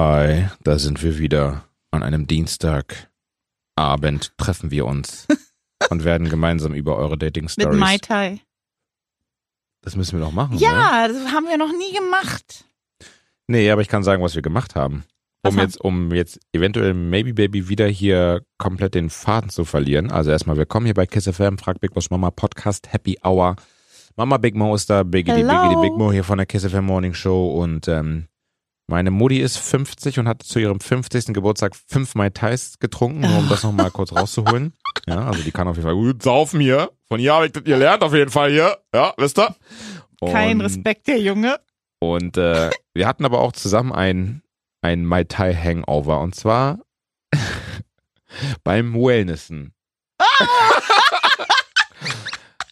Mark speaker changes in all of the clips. Speaker 1: Hi, da sind wir wieder. An einem Dienstagabend treffen wir uns und werden gemeinsam über eure Dating
Speaker 2: Mit Mai
Speaker 1: Stories.
Speaker 2: Tai.
Speaker 1: Das müssen wir noch machen. Ne?
Speaker 2: Ja, das haben wir noch nie gemacht.
Speaker 1: Nee, aber ich kann sagen, was wir gemacht haben.
Speaker 2: Was
Speaker 1: Um
Speaker 2: haben-
Speaker 1: jetzt, um jetzt eventuell Maybe Baby wieder hier komplett den Faden zu verlieren. Also erstmal willkommen hier bei Kiss FM, frag Big Boss Mama Podcast Happy Hour. Mama Big Mo ist da, Biggity
Speaker 2: Hello.
Speaker 1: Biggity Big Mo hier von der Kiss FM Morning Show und ähm, meine Mutti ist 50 und hat zu ihrem 50. Geburtstag fünf Mai Tais getrunken, nur um das nochmal kurz rauszuholen. Ja, also die kann auf jeden Fall gut saufen hier. Von ihr habe ich das gelernt auf jeden Fall hier. Ja, wisst ihr?
Speaker 2: Kein
Speaker 1: Und-
Speaker 2: Respekt, der Junge.
Speaker 1: und äh, wir hatten aber auch zusammen ein, ein Mai Tai Hangover und zwar beim Wellnessen.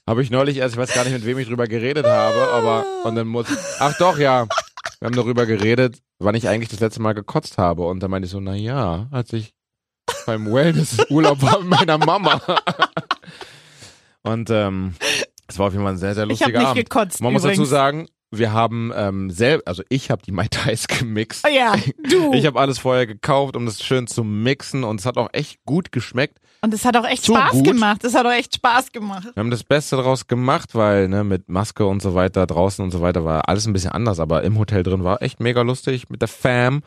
Speaker 1: habe ich neulich erst, ich weiß gar nicht, mit wem ich drüber geredet habe, aber und dann muss. Ach doch, ja. Wir haben darüber geredet, wann ich eigentlich das letzte Mal gekotzt habe. Und dann meinte ich so, na ja, als ich beim Wellness-Urlaub war mit meiner Mama. Und ähm, es war auf jeden Fall ein sehr, sehr
Speaker 2: Ich habe
Speaker 1: lustiger
Speaker 2: nicht
Speaker 1: Abend.
Speaker 2: gekotzt.
Speaker 1: Man muss
Speaker 2: übrigens.
Speaker 1: dazu sagen, wir haben ähm, selbst, also ich habe die Mai Tais gemixt.
Speaker 2: Ah Ja, du.
Speaker 1: Ich habe alles vorher gekauft, um das schön zu mixen und es hat auch echt gut geschmeckt.
Speaker 2: Und es hat auch echt
Speaker 1: so
Speaker 2: Spaß
Speaker 1: gut.
Speaker 2: gemacht. Es hat auch echt Spaß gemacht.
Speaker 1: Wir haben das Beste daraus gemacht, weil ne, mit Maske und so weiter, draußen und so weiter war alles ein bisschen anders, aber im Hotel drin war echt mega lustig mit der Fam.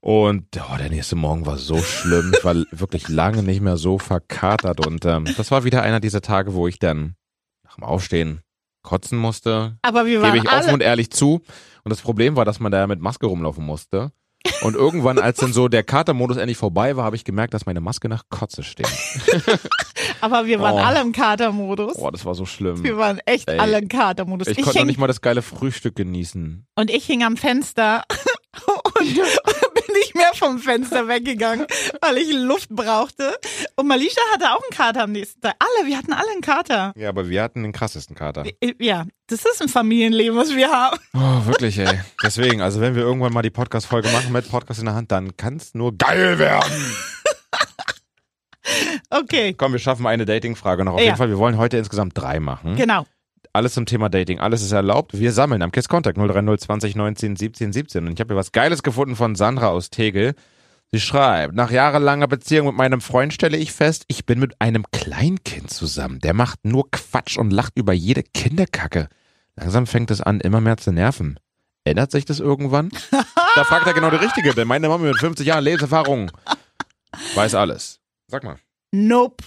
Speaker 1: Und oh, der nächste Morgen war so schlimm. Ich war wirklich lange nicht mehr so verkatert. Und ähm, das war wieder einer dieser Tage, wo ich dann nach dem Aufstehen kotzen musste,
Speaker 2: Aber wir
Speaker 1: gebe
Speaker 2: waren
Speaker 1: ich offen
Speaker 2: alle.
Speaker 1: und ehrlich zu. Und das Problem war, dass man da mit Maske rumlaufen musste. Und irgendwann, als dann so der Katermodus endlich vorbei war, habe ich gemerkt, dass meine Maske nach Kotze steht.
Speaker 2: Aber wir waren
Speaker 1: Oh.
Speaker 2: alle im Katermodus.
Speaker 1: Boah, das war so
Speaker 2: Wir
Speaker 1: schlimm.
Speaker 2: waren echt
Speaker 1: Ey.
Speaker 2: alle im Katermodus.
Speaker 1: Ich konnte noch
Speaker 2: hing,
Speaker 1: nicht mal das geile Frühstück genießen.
Speaker 2: und ich hing am Fenster und bin nicht mehr vom Fenster weggegangen, weil ich Luft brauchte. Und Malisha hatte auch einen Kater am nächsten Tag. Alle, wir hatten alle einen Kater.
Speaker 1: Ja, aber wir hatten den krassesten Kater.
Speaker 2: Ja, das ist ein Familienleben, was wir haben.
Speaker 1: Oh, wirklich, ey. Deswegen, also wenn wir irgendwann mal die Podcast-Folge machen mit Podcast in der Hand, dann kann es nur geil werden.
Speaker 2: Okay,
Speaker 1: Komm, wir schaffen eine Dating-Frage noch. Auf
Speaker 2: Ja.
Speaker 1: jeden Fall, wir wollen heute insgesamt drei machen.
Speaker 2: genau.
Speaker 1: alles zum Thema Dating, alles ist erlaubt. Wir sammeln am Kiss Contact 03020 19 17 17. Und ich habe hier was Geiles gefunden von Sandra aus Tegel. Sie schreibt, nach jahrelanger Beziehung mit meinem Freund stelle ich fest, ich bin mit einem Kleinkind zusammen. Der macht nur Quatsch und lacht über jede Kinderkacke. Langsam fängt es an, immer mehr zu nerven. Ändert sich das irgendwann? Da fragt er genau der Richtige, denn meine Mama mit 50 Jahren Lebenserfahrung weiß alles. Sag mal.
Speaker 2: Nope.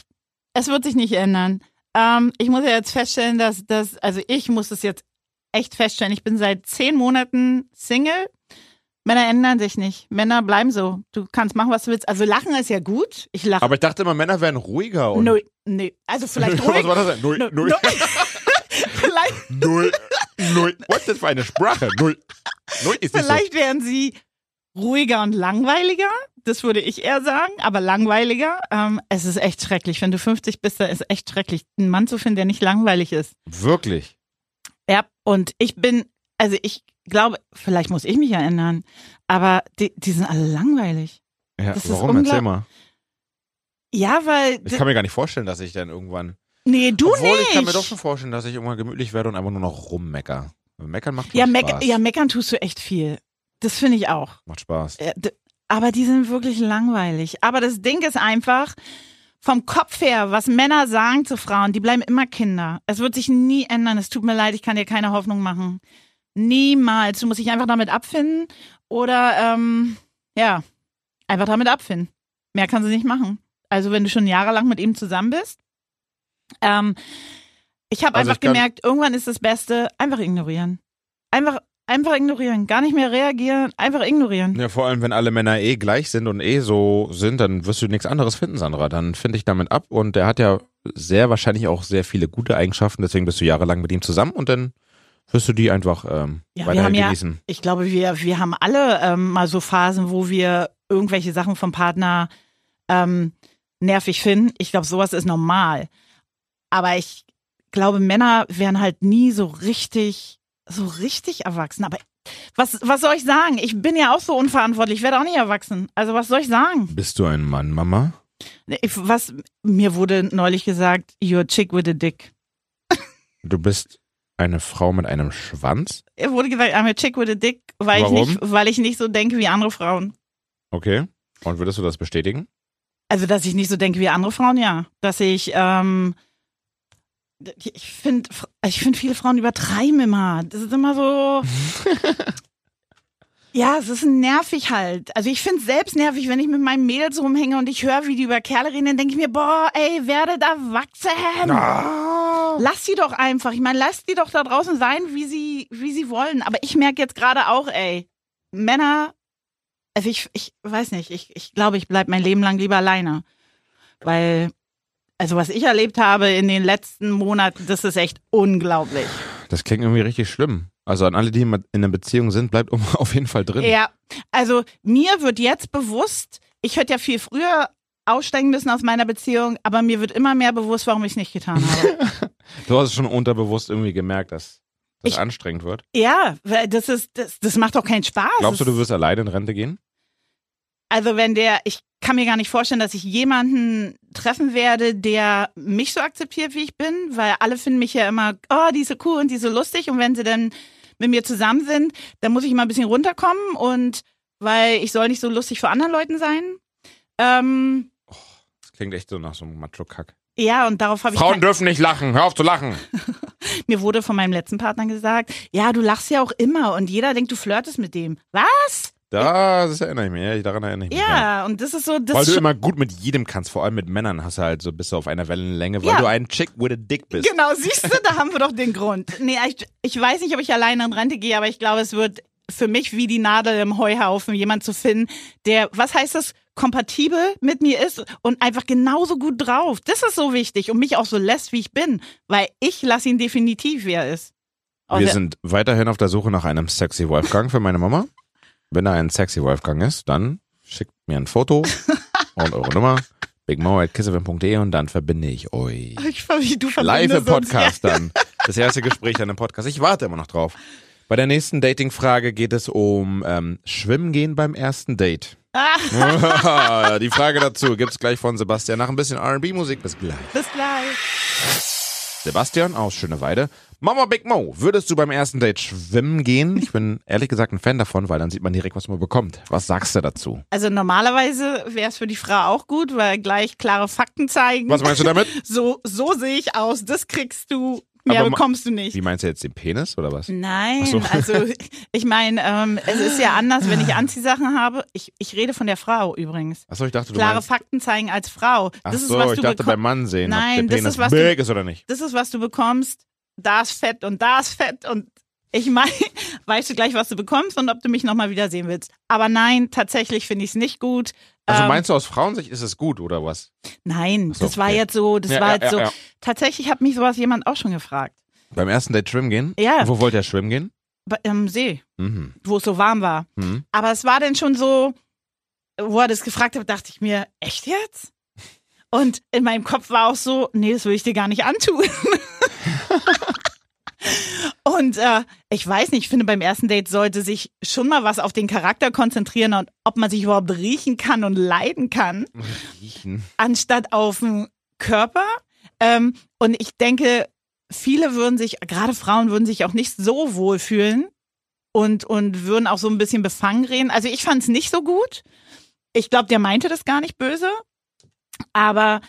Speaker 2: Es wird sich nicht ändern. Ähm, ich muss ja jetzt feststellen, dass das, also ich muss es jetzt echt feststellen. Ich bin seit zehn Monaten Single. Männer ändern sich nicht. Männer bleiben so. Du kannst machen, was du willst. Also lachen ist ja gut. Ich lache.
Speaker 1: Aber ich dachte immer, Männer wären ruhiger. Und
Speaker 2: Nö, nee. Also vielleicht
Speaker 1: Was
Speaker 2: ruhig.
Speaker 1: war das denn? Null,
Speaker 2: Nö,
Speaker 1: null.
Speaker 2: nö. vielleicht,
Speaker 1: Null. Null. Was ist das für eine Sprache? Null. Null ist nicht
Speaker 2: vielleicht wären sie ruhiger und langweiliger. Das würde ich eher sagen, aber langweiliger. Ähm, es ist echt schrecklich. Wenn du 50 bist, dann ist es echt schrecklich, einen Mann zu finden, der nicht langweilig ist.
Speaker 1: so. Wirklich.
Speaker 2: Ja, und ich bin, also ich glaube, vielleicht muss ich mich ja ändern, aber die, die sind alle langweilig.
Speaker 1: Ja,
Speaker 2: Das ist
Speaker 1: warum? Erzähl
Speaker 2: unglaub-
Speaker 1: mal.
Speaker 2: Ja, weil.
Speaker 1: Ich kann mir gar nicht vorstellen, dass ich dann irgendwann.
Speaker 2: nee, du
Speaker 1: obwohl,
Speaker 2: nicht.
Speaker 1: ich kann mir doch schon vorstellen, dass ich irgendwann gemütlich werde und einfach nur noch rummecker. Meckern macht
Speaker 2: ja,
Speaker 1: macht
Speaker 2: meck,
Speaker 1: Spaß.
Speaker 2: ja, meckern tust du echt viel. Das finde ich auch.
Speaker 1: macht Spaß.
Speaker 2: Äh, d- Aber die sind wirklich langweilig. Aber das Ding ist einfach, vom Kopf her, was Männer sagen zu Frauen, die bleiben immer Kinder. Es wird sich nie ändern. Es tut mir leid, ich kann dir keine Hoffnung machen. Niemals. Du musst dich einfach damit abfinden oder, ähm, ja, einfach damit abfinden. Mehr kannst du nicht machen. Also, wenn du schon jahrelang mit ihm zusammen bist. Ähm, ich habe
Speaker 1: Also
Speaker 2: einfach
Speaker 1: ich kann-
Speaker 2: gemerkt, irgendwann ist das Beste, einfach ignorieren. Einfach, einfach ignorieren. Gar nicht mehr reagieren, einfach ignorieren.
Speaker 1: Ja, vor allem, wenn alle Männer eh gleich sind und eh so sind, dann wirst du nichts anderes finden, Sandra. Dann finde ich damit ab und der hat ja sehr wahrscheinlich auch sehr viele gute Eigenschaften, deswegen bist du jahrelang mit ihm zusammen und dann wirst du die einfach ähm,
Speaker 2: Ja, wir
Speaker 1: weiterhin
Speaker 2: haben ja-
Speaker 1: genießen.
Speaker 2: Ich glaube, wir, wir haben alle ähm, mal so Phasen, wo wir irgendwelche Sachen vom Partner ähm, nervig finden. Ich glaube, sowas ist normal. Aber ich glaube, Männer werden halt nie so richtig, so richtig erwachsen. Aber was, was soll ich sagen? Ich bin ja auch so unverantwortlich. Ich werde auch nicht erwachsen. Also was soll ich sagen?
Speaker 1: Bist du ein Mann, Mama?
Speaker 2: Ich, was, mir wurde neulich gesagt, you're a chick with a dick.
Speaker 1: Du bist eine Frau mit einem Schwanz?
Speaker 2: Er wurde gesagt, I'm a chick with a dick, weil ich,
Speaker 1: Warum?
Speaker 2: nicht, weil ich nicht so denke wie andere Frauen.
Speaker 1: Okay. Und würdest du das bestätigen?
Speaker 2: Also, dass ich nicht so denke wie andere Frauen, ja. Dass ich, ähm, ich finde, ich finde, viele Frauen übertreiben immer. Das ist immer so. ja, es ist nervig halt. Also, ich finde es selbst nervig, wenn ich mit meinen Mädels rumhänge und ich höre, wie die über Kerle reden, dann denke ich mir, boah, ey, werde da wachsen.
Speaker 1: Ah.
Speaker 2: Lass sie doch einfach. Ich meine, lass die doch da draußen sein, wie sie, wie sie wollen. Aber ich merke jetzt gerade auch, ey, Männer, also ich, ich weiß nicht, ich, ich glaube, ich bleibe mein Leben lang lieber alleine. Weil, also was ich erlebt habe in den letzten Monaten, das ist echt unglaublich.
Speaker 1: Das klingt irgendwie richtig schlimm. Also an alle, die in einer Beziehung sind, bleibt um auf jeden Fall drin.
Speaker 2: Ja, also mir wird jetzt bewusst, ich hätte ja viel früher aussteigen müssen aus meiner Beziehung, aber mir wird immer mehr bewusst, warum ich es nicht getan habe.
Speaker 1: Du hast es schon unterbewusst irgendwie gemerkt, dass das
Speaker 2: Ich-
Speaker 1: anstrengend wird.
Speaker 2: ja, weil das ist, das, das macht doch keinen Spaß.
Speaker 1: Glaubst du,
Speaker 2: Das-
Speaker 1: du wirst alleine in Rente gehen?
Speaker 2: Also wenn der, ich kann mir gar nicht vorstellen, dass ich jemanden treffen werde, der mich so akzeptiert, wie ich bin, weil alle finden mich ja immer, oh, die ist so cool und die ist so lustig. Und wenn sie dann mit mir zusammen sind, dann muss ich immer ein bisschen runterkommen und weil ich soll nicht so lustig vor anderen Leuten sein. Ähm,
Speaker 1: Das klingt echt so nach so einem Macho-Kack.
Speaker 2: ja, und darauf habe ich
Speaker 1: Frauen
Speaker 2: kein,
Speaker 1: dürfen nicht lachen. Hör auf zu lachen.
Speaker 2: mir wurde von meinem letzten Partner gesagt, ja, du lachst ja auch immer und jeder denkt, du flirtest mit dem. Was?
Speaker 1: Das erinnere ich mich. Ja, daran erinnere ich mich.
Speaker 2: Ja, und das ist so, das
Speaker 1: Weil du
Speaker 2: ist
Speaker 1: immer gut mit jedem kannst, vor allem mit Männern hast du halt so bist du auf einer Wellenlänge, weil
Speaker 2: Ja.
Speaker 1: du ein Chick with a Dick bist.
Speaker 2: Genau, siehst du, da haben wir doch den Grund. Nee, ich, ich weiß nicht, ob ich alleine in Rente gehe, aber ich glaube, es wird für mich wie die Nadel im Heuhaufen, jemand zu finden, der, was heißt das, kompatibel mit mir ist und einfach genauso gut drauf. Das ist so wichtig und mich auch so lässt, wie ich bin, weil ich lasse ihn definitiv, wie er ist.
Speaker 1: Wir
Speaker 2: Also-
Speaker 1: sind weiterhin auf der Suche nach einem sexy Wolfgang für meine Mama. Wenn da ein sexy Wolfgang ist, dann schickt mir ein Foto und eure Nummer bigmo@kissefm.de und dann verbinde ich euch.
Speaker 2: ich, ver- du
Speaker 1: Live
Speaker 2: verbindest
Speaker 1: im
Speaker 2: uns, ja.
Speaker 1: Podcast dann. Das erste Gespräch dann im Podcast. Ich warte immer noch drauf. Bei der nächsten Dating-Frage geht es um ähm, Schwimmen gehen beim ersten Date. Die Frage dazu gibt's gleich von Sebastian nach ein bisschen R&B-Musik. Bis gleich.
Speaker 2: Bis gleich.
Speaker 1: Sebastian aus Schöneweide. Mama Big Mo, würdest du beim ersten Date schwimmen gehen? Ich bin ehrlich gesagt ein Fan davon, weil dann sieht man direkt, was man bekommt. Was sagst du dazu?
Speaker 2: Also normalerweise wäre es für die Frau auch gut, weil gleich klare Fakten zeigen.
Speaker 1: Was meinst du damit?
Speaker 2: So, so sehe ich aus, das kriegst du, mehr
Speaker 1: Aber ma-
Speaker 2: bekommst du nicht.
Speaker 1: Wie meinst du jetzt den Penis oder was?
Speaker 2: Nein,
Speaker 1: so.
Speaker 2: also ich meine, ähm, es ist ja anders, wenn ich Anziehsachen habe. Ich, ich rede von der Frau übrigens.
Speaker 1: Achso, ich dachte, du
Speaker 2: Klare
Speaker 1: meinst...
Speaker 2: Fakten zeigen als Frau. Das ist,
Speaker 1: Achso,
Speaker 2: was
Speaker 1: ich
Speaker 2: du
Speaker 1: dachte beim
Speaker 2: bekommst.
Speaker 1: Mann sehen,
Speaker 2: Nein,
Speaker 1: ob der
Speaker 2: das
Speaker 1: Penis
Speaker 2: ist, was du-
Speaker 1: big ist oder nicht.
Speaker 2: Das ist, was du bekommst. Da ist Fett und da ist Fett und ich meine, weißt du gleich, was du bekommst und ob du mich nochmal wiedersehen willst. Aber nein, tatsächlich finde ich es nicht gut.
Speaker 1: Also
Speaker 2: Ähm,
Speaker 1: meinst du, aus Frauensicht ist es gut oder was?
Speaker 2: nein,
Speaker 1: Ach so,
Speaker 2: das war
Speaker 1: okay.
Speaker 2: jetzt so, das
Speaker 1: Ja,
Speaker 2: war
Speaker 1: ja,
Speaker 2: jetzt
Speaker 1: ja,
Speaker 2: so.
Speaker 1: ja.
Speaker 2: Tatsächlich hat mich sowas jemand auch schon gefragt.
Speaker 1: Beim ersten Date schwimmen gehen?
Speaker 2: Ja.
Speaker 1: Wo wollt ihr schwimmen gehen?
Speaker 2: Bei- Am See,
Speaker 1: Mhm.
Speaker 2: wo es so warm war.
Speaker 1: Mhm.
Speaker 2: Aber es war dann schon so, wo er das gefragt hat, dachte ich mir, echt jetzt? Und in meinem Kopf war auch so, nee, das will ich dir gar nicht antun. und äh, ich weiß nicht, ich finde, beim ersten Date sollte sich schon mal was auf den Charakter konzentrieren und ob man sich überhaupt riechen kann und leiden kann
Speaker 1: Riechen.
Speaker 2: anstatt auf den Körper. Ähm, und ich denke, viele würden sich, gerade Frauen würden sich auch nicht so wohl fühlen und, und würden auch so ein bisschen befangen reden. Also ich fand es nicht so gut. Ich glaube, der meinte das gar nicht böse, aber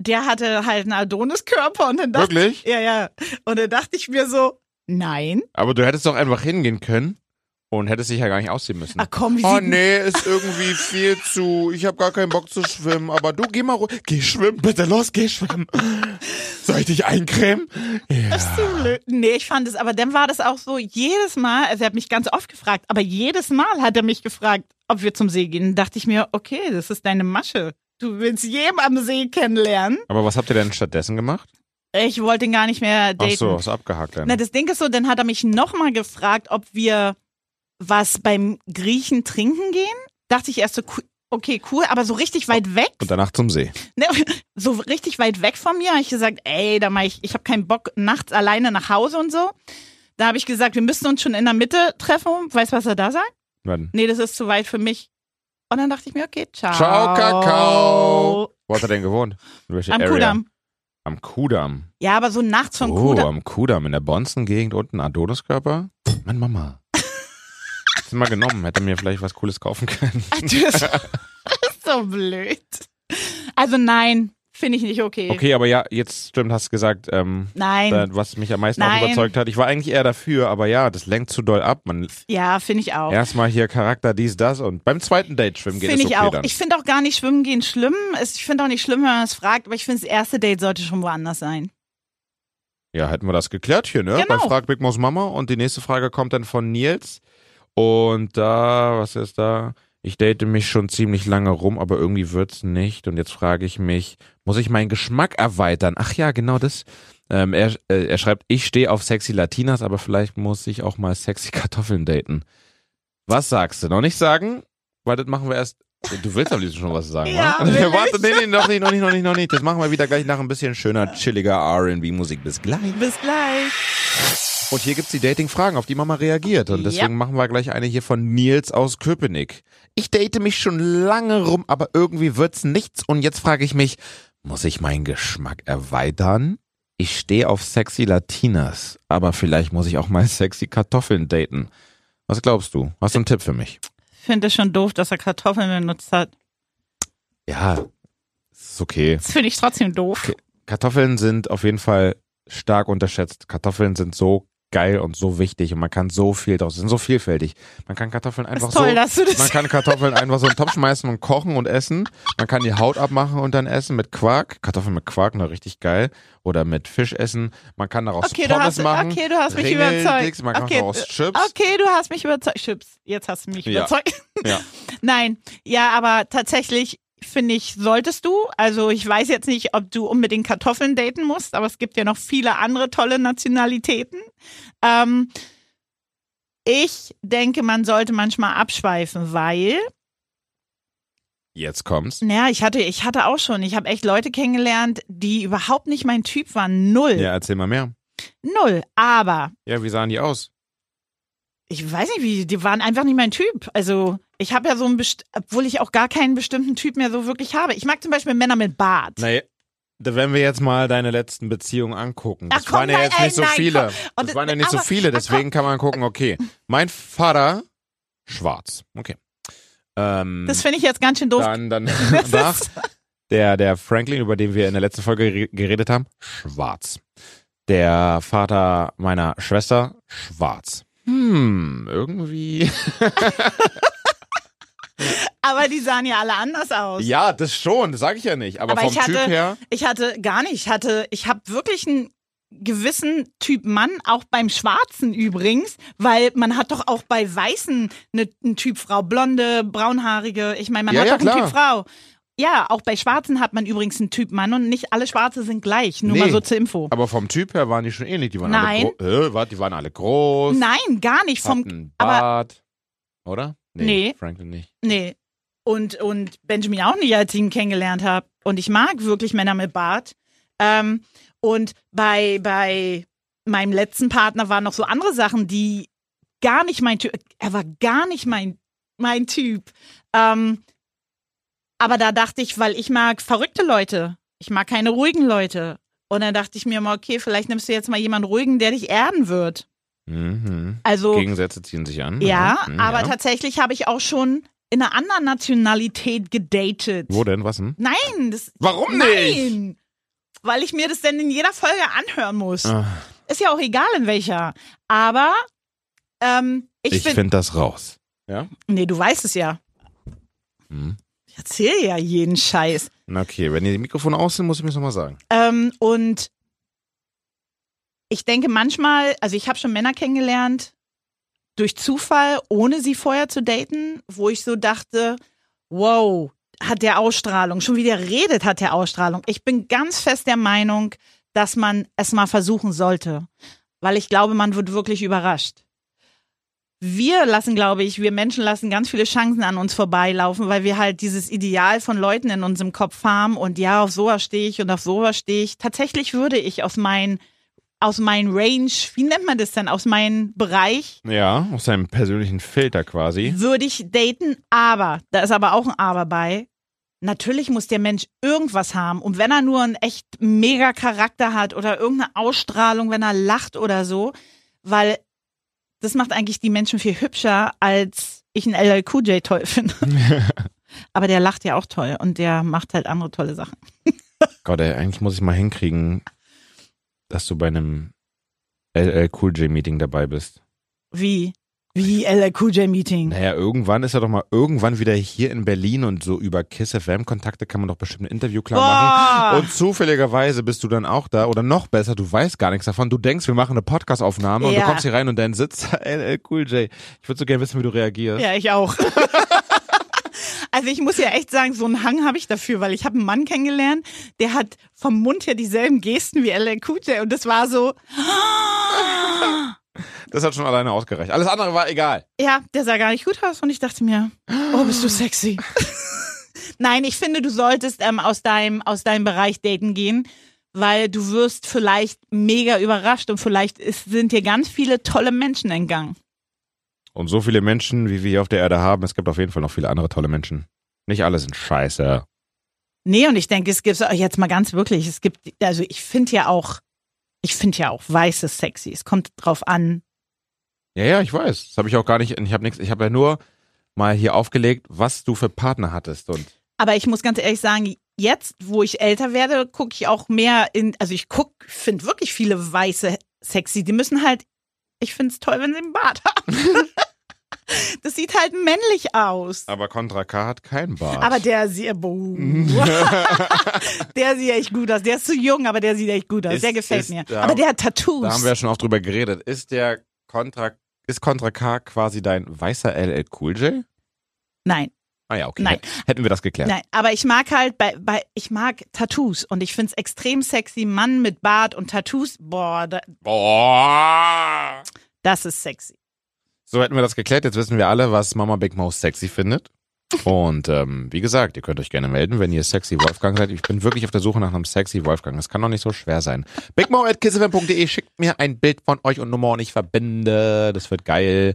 Speaker 2: der hatte halt einen Adonis-Körper und dann dachte
Speaker 1: Wirklich?
Speaker 2: ja, ja. Und dann dachte ich mir so, nein.
Speaker 1: Aber du hättest doch einfach hingehen können und hättest dich ja gar nicht ausziehen müssen.
Speaker 2: Ach komm, wie
Speaker 1: Oh
Speaker 2: sieht
Speaker 1: nee, ist irgendwie viel zu. Ich habe gar keinen Bock zu schwimmen, aber du geh mal ruhig. Geh schwimmen, bitte los, geh schwimmen. Soll ich dich eincremen? Ja.
Speaker 2: Bist du blöd? Nee, ich fand es, aber dann war das auch so, jedes Mal, also er hat mich ganz oft gefragt, aber jedes Mal hat er mich gefragt, ob wir zum See gehen. Dann dachte ich mir, okay, das ist deine Masche. Du willst jedem am See kennenlernen.
Speaker 1: Aber was habt ihr denn stattdessen gemacht?
Speaker 2: Ich wollte ihn gar nicht mehr
Speaker 1: Ach
Speaker 2: daten.
Speaker 1: so, hast du abgehakt dann.
Speaker 2: Na, das Ding ist so, dann hat er mich nochmal gefragt, ob wir was beim Griechen trinken gehen. Dachte ich erst so, cool- okay, cool, aber so richtig weit weg.
Speaker 1: Und danach zum See.
Speaker 2: Ne, so richtig weit weg von mir, habe ich gesagt, ey, da mach ich, ich habe keinen Bock nachts alleine nach Hause und so. Da habe ich gesagt, wir müssen uns schon in der Mitte treffen. Weißt du, was er da sagt?
Speaker 1: Wann?
Speaker 2: Nee, das ist zu weit für mich. Und dann dachte ich mir, okay, ciao.
Speaker 1: Ciao, Kakao. Wo hat er denn gewohnt? In welcher
Speaker 2: Am
Speaker 1: Area?
Speaker 2: Kudamm.
Speaker 1: Am Kudamm.
Speaker 2: Ja, aber so nachts vom
Speaker 1: oh,
Speaker 2: Kudamm.
Speaker 1: am Kudamm in der Bonzen-Gegend unten Adoniskörper. Mann, Mama. Hättest du mal genommen, hätte mir vielleicht was Cooles kaufen können.
Speaker 2: Das ist so blöd. Also nein, finde ich nicht okay.
Speaker 1: Okay, aber ja, jetzt stimmt, hast gesagt, ähm,
Speaker 2: Nein,
Speaker 1: da- was mich am meisten
Speaker 2: Nein.
Speaker 1: auch überzeugt hat. Ich war eigentlich eher dafür, aber ja, das lenkt zu doll ab. Man
Speaker 2: ja, finde ich auch.
Speaker 1: erstmal hier Charakter dies, das und beim zweiten Date schwimmen geht
Speaker 2: Finde
Speaker 1: es
Speaker 2: ich
Speaker 1: okay
Speaker 2: auch.
Speaker 1: dann.
Speaker 2: Ich finde auch gar nicht schwimmen gehen schlimm. Es- Ich finde auch nicht schlimm, wenn man es fragt, aber ich finde, das erste Date sollte schon woanders sein.
Speaker 1: Ja, hätten wir das geklärt hier, ne?
Speaker 2: Genau.
Speaker 1: Bei Frag Big Mo's Mama. Und die nächste Frage kommt dann von Nils. Und da, was ist da? Ich date mich schon ziemlich lange rum, aber irgendwie wird's nicht. Und jetzt frage ich mich, muss ich meinen Geschmack erweitern? Ach ja, genau das. Ähm, er, äh, er schreibt, ich stehe auf sexy Latinas, aber vielleicht muss ich auch mal sexy Kartoffeln daten. Was sagst du? Noch nicht sagen? Weil das machen wir erst. Du willst am liebsten schon was sagen,
Speaker 2: Ja,
Speaker 1: wa?
Speaker 2: will ich.
Speaker 1: Warte, Also, nee, nee, noch nicht, noch nicht, noch nicht, noch nicht. Das machen wir wieder gleich nach ein bisschen schöner, chilliger RB-Musik. Bis gleich.
Speaker 2: Bis gleich.
Speaker 1: Und hier gibt's die Dating-Fragen, auf die Mama reagiert. Und deswegen
Speaker 2: Ja.
Speaker 1: machen wir gleich eine hier von Nils aus Köpenick. Ich date mich schon lange rum, aber irgendwie wird's nichts. Und jetzt frage ich mich, muss ich meinen Geschmack erweitern? Ich stehe auf sexy Latinas, aber vielleicht muss ich auch mal sexy Kartoffeln daten. Was glaubst du? Hast du einen Tipp für mich?
Speaker 2: Ich finde es schon doof, dass er Kartoffeln benutzt hat.
Speaker 1: Ja, ist okay.
Speaker 2: Das finde ich trotzdem doof.
Speaker 1: Okay. Kartoffeln sind auf jeden Fall stark unterschätzt. Kartoffeln sind so geil und so wichtig und man kann so viel draus, sind so vielfältig. Man kann Kartoffeln
Speaker 2: Das
Speaker 1: einfach
Speaker 2: ist toll, ne?
Speaker 1: so
Speaker 2: dass du
Speaker 1: man
Speaker 2: das.
Speaker 1: kann Kartoffeln einfach so in den Topf schmeißen und kochen und essen. Man kann die Haut abmachen und dann essen mit Quark. Kartoffeln mit Quark, na richtig geil. Oder mit Fisch essen. Man kann daraus
Speaker 2: Okay, du
Speaker 1: Pommes
Speaker 2: hast,
Speaker 1: machen.
Speaker 2: okay, du hast mich
Speaker 1: Ringeldicks,
Speaker 2: überzeugt.
Speaker 1: Man kann
Speaker 2: okay, äh,
Speaker 1: daraus Chips.
Speaker 2: okay, du hast mich überzeugt. Chips, jetzt hast du mich
Speaker 1: Ja.
Speaker 2: überzeugt.
Speaker 1: Ja.
Speaker 2: Nein, ja, aber tatsächlich finde ich, solltest du. Also ich weiß jetzt nicht, ob du unbedingt Kartoffeln daten musst, aber es gibt ja noch viele andere tolle Nationalitäten. Ähm, ich denke, man sollte manchmal abschweifen, weil
Speaker 1: Jetzt kommt's.
Speaker 2: Ja, ich hatte, ich hatte auch schon. Ich habe echt Leute kennengelernt, die überhaupt nicht mein Typ waren. Null.
Speaker 1: Ja, erzähl mal mehr.
Speaker 2: Null. Aber
Speaker 1: Ja, wie sahen die aus?
Speaker 2: ich weiß nicht, wie, die waren einfach nicht mein Typ. Also ich habe ja so einen, best obwohl ich auch gar keinen bestimmten Typ mehr so wirklich habe. Ich mag zum Beispiel Männer mit Bart.
Speaker 1: Naja. da- Wenn wir jetzt mal deine letzten Beziehungen angucken, das
Speaker 2: Ach, komm,
Speaker 1: waren ja
Speaker 2: nein,
Speaker 1: jetzt
Speaker 2: ey,
Speaker 1: nicht so
Speaker 2: äh, nein,
Speaker 1: viele.
Speaker 2: komm. Und
Speaker 1: Das waren ja nicht so
Speaker 2: aber-
Speaker 1: viele,
Speaker 2: aber
Speaker 1: deswegen kann man gucken, okay, mein Vater, schwarz, okay. Ähm,
Speaker 2: Das finde ich jetzt ganz schön doof.
Speaker 1: Dann, dann nach der, der Franklin, über den wir in der letzten Folge gere- geredet haben, schwarz. Der Vater meiner Schwester, schwarz. Hm, irgendwie.
Speaker 2: aber die sahen ja alle anders aus.
Speaker 1: Ja, das schon, das sage ich ja nicht. Aber,
Speaker 2: Aber
Speaker 1: vom
Speaker 2: ich hatte-
Speaker 1: Typ her.
Speaker 2: Ich hatte gar nicht. Ich hatte, ich habe wirklich einen gewissen Typ Mann, auch beim Schwarzen übrigens, weil man hat doch auch bei Weißen ne- einen Typ Frau, blonde, braunhaarige. Ich meine, man
Speaker 1: Ja,
Speaker 2: hat
Speaker 1: ja,
Speaker 2: doch einen
Speaker 1: klar.
Speaker 2: Typ Frau. Ja, auch bei Schwarzen hat man übrigens einen Typ Mann und nicht alle Schwarze sind gleich. Nur
Speaker 1: Nee.
Speaker 2: mal so zur Info.
Speaker 1: Aber vom Typ her waren die schon ähnlich. Die waren
Speaker 2: Nein.
Speaker 1: alle groß. Äh, warte, die waren alle groß.
Speaker 2: Nein, gar nicht. Vom,
Speaker 1: hatten
Speaker 2: aber-
Speaker 1: Bart. Oder?
Speaker 2: Nee.
Speaker 1: Franklin nicht.
Speaker 2: Nee. Und, und Benjamin auch nicht, als ich ihn kennengelernt habe. Und ich mag wirklich Männer mit Bart. Ähm, und bei, bei meinem letzten Partner waren noch so andere Sachen, die gar nicht mein Typ. Er war gar nicht mein, mein Typ. Ähm, aber da dachte ich, weil ich mag verrückte Leute. Ich mag keine ruhigen Leute. Und dann dachte ich mir mal, okay, vielleicht nimmst du jetzt mal jemanden ruhigen, der dich erden wird.
Speaker 1: Mhm.
Speaker 2: Also
Speaker 1: Gegensätze ziehen sich an.
Speaker 2: ja,
Speaker 1: Mhm,
Speaker 2: aber
Speaker 1: ja.
Speaker 2: tatsächlich habe ich auch schon in einer anderen Nationalität gedatet.
Speaker 1: Wo denn? Was denn?
Speaker 2: Nein, das
Speaker 1: Warum nicht?
Speaker 2: Nein. Weil ich mir das dann in jeder Folge anhören muss.
Speaker 1: Ah,
Speaker 2: Ist ja auch egal in welcher. Aber ähm, ich,
Speaker 1: ich
Speaker 2: finde.
Speaker 1: finde das raus.
Speaker 2: nee, du weißt es ja.
Speaker 1: Mhm.
Speaker 2: Ich erzähle ja jeden Scheiß.
Speaker 1: Na okay, wenn ihr die Mikrofone aus sind, muss ich mir nochmal sagen.
Speaker 2: Ähm, und ich denke manchmal, also ich habe schon Männer kennengelernt, durch Zufall, ohne sie vorher zu daten, wo ich so dachte, wow, hat der Ausstrahlung, schon wieder redet hat der Ausstrahlung. Ich bin ganz fest der Meinung, dass man es mal versuchen sollte, weil ich glaube, man wird wirklich überrascht. Wir lassen, glaube ich, wir Menschen lassen ganz viele Chancen an uns vorbeilaufen, weil wir halt dieses Ideal von Leuten in unserem Kopf haben und ja, auf sowas stehe ich und auf sowas stehe ich. Tatsächlich würde ich aus meinen aus meinem Range, wie nennt man das denn, aus meinem Bereich
Speaker 1: Ja, aus seinem persönlichen Filter quasi.
Speaker 2: würde ich daten, aber, da ist aber auch ein Aber bei, Natürlich muss der Mensch irgendwas haben. Und wenn er nur einen echt mega Charakter hat oder irgendeine Ausstrahlung, wenn er lacht oder so, weil das macht eigentlich die Menschen viel hübscher, als ich einen LLQJ toll finde. Aber der lacht ja auch toll und der macht halt andere tolle Sachen.
Speaker 1: Gott, ey, eigentlich muss ich mal hinkriegen, dass du bei einem LL Cool J Meeting dabei bist.
Speaker 2: Wie? Wie LLQJ-Meeting.
Speaker 1: Naja, irgendwann ist er doch mal irgendwann wieder hier in Berlin und so über Kiss FM Kontakte kann man doch bestimmt ein Interview klar machen.
Speaker 2: Boah!
Speaker 1: Und zufälligerweise bist du dann auch da oder noch besser, du weißt gar nichts davon. Du denkst, wir machen eine Podcast-Aufnahme und du
Speaker 2: Ja.
Speaker 1: kommst hier rein und dann sitzt LL Cool J. Ich würde so gerne wissen, wie du reagierst.
Speaker 2: Ja, ich auch. Also ich muss ja echt sagen, so einen Hang habe ich dafür, weil ich habe einen Mann kennengelernt, der hat vom Mund her dieselben Gesten wie LLQJ und das war so,
Speaker 1: Das hat schon alleine ausgereicht. Alles andere war egal.
Speaker 2: ja, der sah gar nicht gut aus und ich dachte mir, oh, bist du sexy. Nein, ich finde, du solltest ähm, aus, deinem, aus deinem Bereich daten gehen, weil du wirst vielleicht mega überrascht und vielleicht ist, sind dir ganz viele tolle Menschen entgangen.
Speaker 1: Und so viele Menschen, wie wir hier auf der Erde haben, es gibt auf jeden Fall noch viele andere tolle Menschen. Nicht alle sind scheiße.
Speaker 2: Nee, und ich denke, es gibt jetzt mal ganz wirklich, es gibt, also ich finde ja auch, ich finde ja auch weißes sexy. Es kommt drauf an.
Speaker 1: Ja, ja, ich weiß. Das habe ich auch gar nicht. Ich habe nichts. Ich habe ja nur mal hier aufgelegt, was du für Partner hattest. Und
Speaker 2: Aber ich muss ganz ehrlich sagen, jetzt, wo ich älter werde, gucke ich auch mehr in, also ich gucke, finde wirklich viele weiße sexy. Die müssen halt, ich finde es toll, wenn sie einen Bart haben. das sieht halt männlich aus.
Speaker 1: aber Contra K hat keinen Bart.
Speaker 2: Aber der sieht, äh, boah. der sieht echt gut aus. Der ist zu jung, aber der sieht echt gut aus.
Speaker 1: Ist-
Speaker 2: der gefällt
Speaker 1: ist-
Speaker 2: mir.
Speaker 1: da-
Speaker 2: aber der hat Tattoos.
Speaker 1: da haben wir ja schon auch drüber geredet. Ist der Contra ist Contra K quasi dein weißer LL Cool J?
Speaker 2: Nein.
Speaker 1: Ah ja, okay.
Speaker 2: Nein.
Speaker 1: Hätten wir das geklärt.
Speaker 2: Nein, aber ich mag halt bei, bei ich mag Tattoos und ich find's extrem sexy, Mann mit Bart und Tattoos. Boah, da,
Speaker 1: Boah.
Speaker 2: das ist sexy.
Speaker 1: So hätten wir das geklärt. Jetzt wissen wir alle, was Mama Big Mouse sexy findet. Und ähm, wie gesagt, ihr könnt euch gerne melden, wenn ihr sexy Wolfgang seid. Ich bin wirklich auf der Suche nach einem sexy Wolfgang. Das kann doch nicht so schwer sein. bigmo.kissfm.de schickt mir ein Bild von euch und Nummer und ich verbinde. Das wird geil.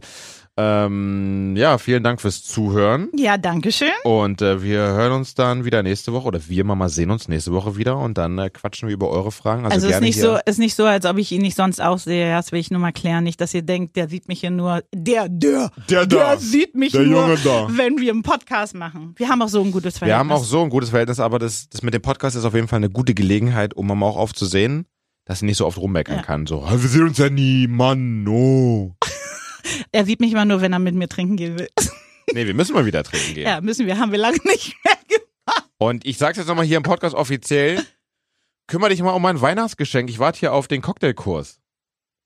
Speaker 1: Ähm, ja, vielen Dank fürs Zuhören.
Speaker 2: Ja, danke schön.
Speaker 1: Und äh, wir hören uns dann wieder nächste Woche oder wir Mama sehen uns nächste Woche wieder und dann äh, quatschen wir über eure Fragen. Also,
Speaker 2: Also, ist
Speaker 1: gerne
Speaker 2: nicht
Speaker 1: hier.
Speaker 2: so, ist nicht so, als ob ich ihn nicht sonst aussehe. Das will ich nur mal klären, nicht, dass ihr denkt, der sieht mich hier nur, der, der,
Speaker 1: Der da.
Speaker 2: der sieht mich
Speaker 1: Der
Speaker 2: nur,
Speaker 1: Junge da.
Speaker 2: wenn wir einen Podcast machen. Wir haben auch so ein gutes Verhältnis.
Speaker 1: Wir haben auch so ein gutes Verhältnis, aber das, das mit dem Podcast ist auf jeden Fall eine gute Gelegenheit, um Mama auch aufzusehen, dass sie nicht so oft rummeckern
Speaker 2: Ja.
Speaker 1: kann. So, "Ah, wir sehen uns ja nie, Mann, no.
Speaker 2: er sieht mich immer nur, wenn er mit mir trinken gehen will.
Speaker 1: Nee, wir müssen mal wieder trinken gehen.
Speaker 2: Ja, müssen wir, haben wir lange nicht mehr. gemacht.
Speaker 1: Und ich sag's jetzt nochmal hier im Podcast offiziell, kümmere dich mal um mein Weihnachtsgeschenk. Ich warte hier auf den Cocktailkurs.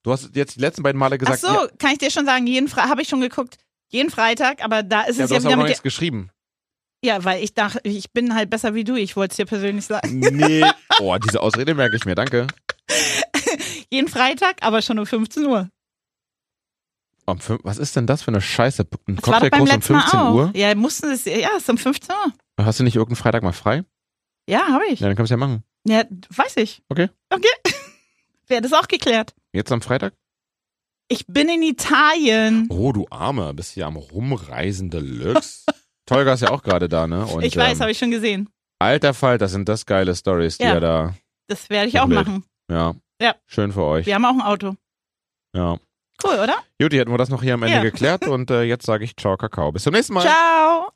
Speaker 1: Du hast jetzt die letzten beiden Male
Speaker 2: Ach
Speaker 1: gesagt,
Speaker 2: so,
Speaker 1: ja,
Speaker 2: kann ich dir schon sagen, jeden Freitag, habe ich schon geguckt, jeden Freitag, aber da ist
Speaker 1: ja,
Speaker 2: es
Speaker 1: du
Speaker 2: ja
Speaker 1: hast aber
Speaker 2: wieder
Speaker 1: noch
Speaker 2: mit der
Speaker 1: nichts geschrieben.
Speaker 2: Ja, weil ich dachte, ich bin halt besser wie du. Ich wollte es dir persönlich sagen.
Speaker 1: Nee. Oh, diese Ausrede merke ich mir, danke.
Speaker 2: Jeden Freitag, aber schon um 15 Uhr.
Speaker 1: Um fünf, was ist denn das für eine Scheiße? Ein
Speaker 2: Das war doch beim
Speaker 1: Cocktailkurs um
Speaker 2: letzten Mal
Speaker 1: 15
Speaker 2: auch.
Speaker 1: Uhr?
Speaker 2: Ja, mussten es, ja, ist um 15 Uhr.
Speaker 1: Hast du nicht irgendeinen Freitag mal frei?
Speaker 2: Ja, habe ich.
Speaker 1: Ja, dann kannst du ja machen.
Speaker 2: Ja, weiß ich.
Speaker 1: Okay.
Speaker 2: Okay. Wäre das auch geklärt.
Speaker 1: Jetzt am Freitag?
Speaker 2: Ich bin in Italien.
Speaker 1: Oh, du Arme, bist hier am rumreisen Deluxe. Tolga ist ja auch gerade da, ne? Und,
Speaker 2: ich weiß,
Speaker 1: ähm,
Speaker 2: habe ich schon gesehen.
Speaker 1: Alter Fall, das sind das geile Stories, die
Speaker 2: Ja.
Speaker 1: ja. da.
Speaker 2: Das werde ich auch
Speaker 1: Blöd.
Speaker 2: machen.
Speaker 1: Ja.
Speaker 2: Ja.
Speaker 1: Schön für euch.
Speaker 2: Wir haben auch ein Auto.
Speaker 1: Ja.
Speaker 2: Cool, oder?
Speaker 1: Juti, hätten wir das noch hier am Ende
Speaker 2: Ja.
Speaker 1: geklärt und äh, jetzt sage ich Ciao, Kakao. Bis zum nächsten Mal.
Speaker 2: Ciao.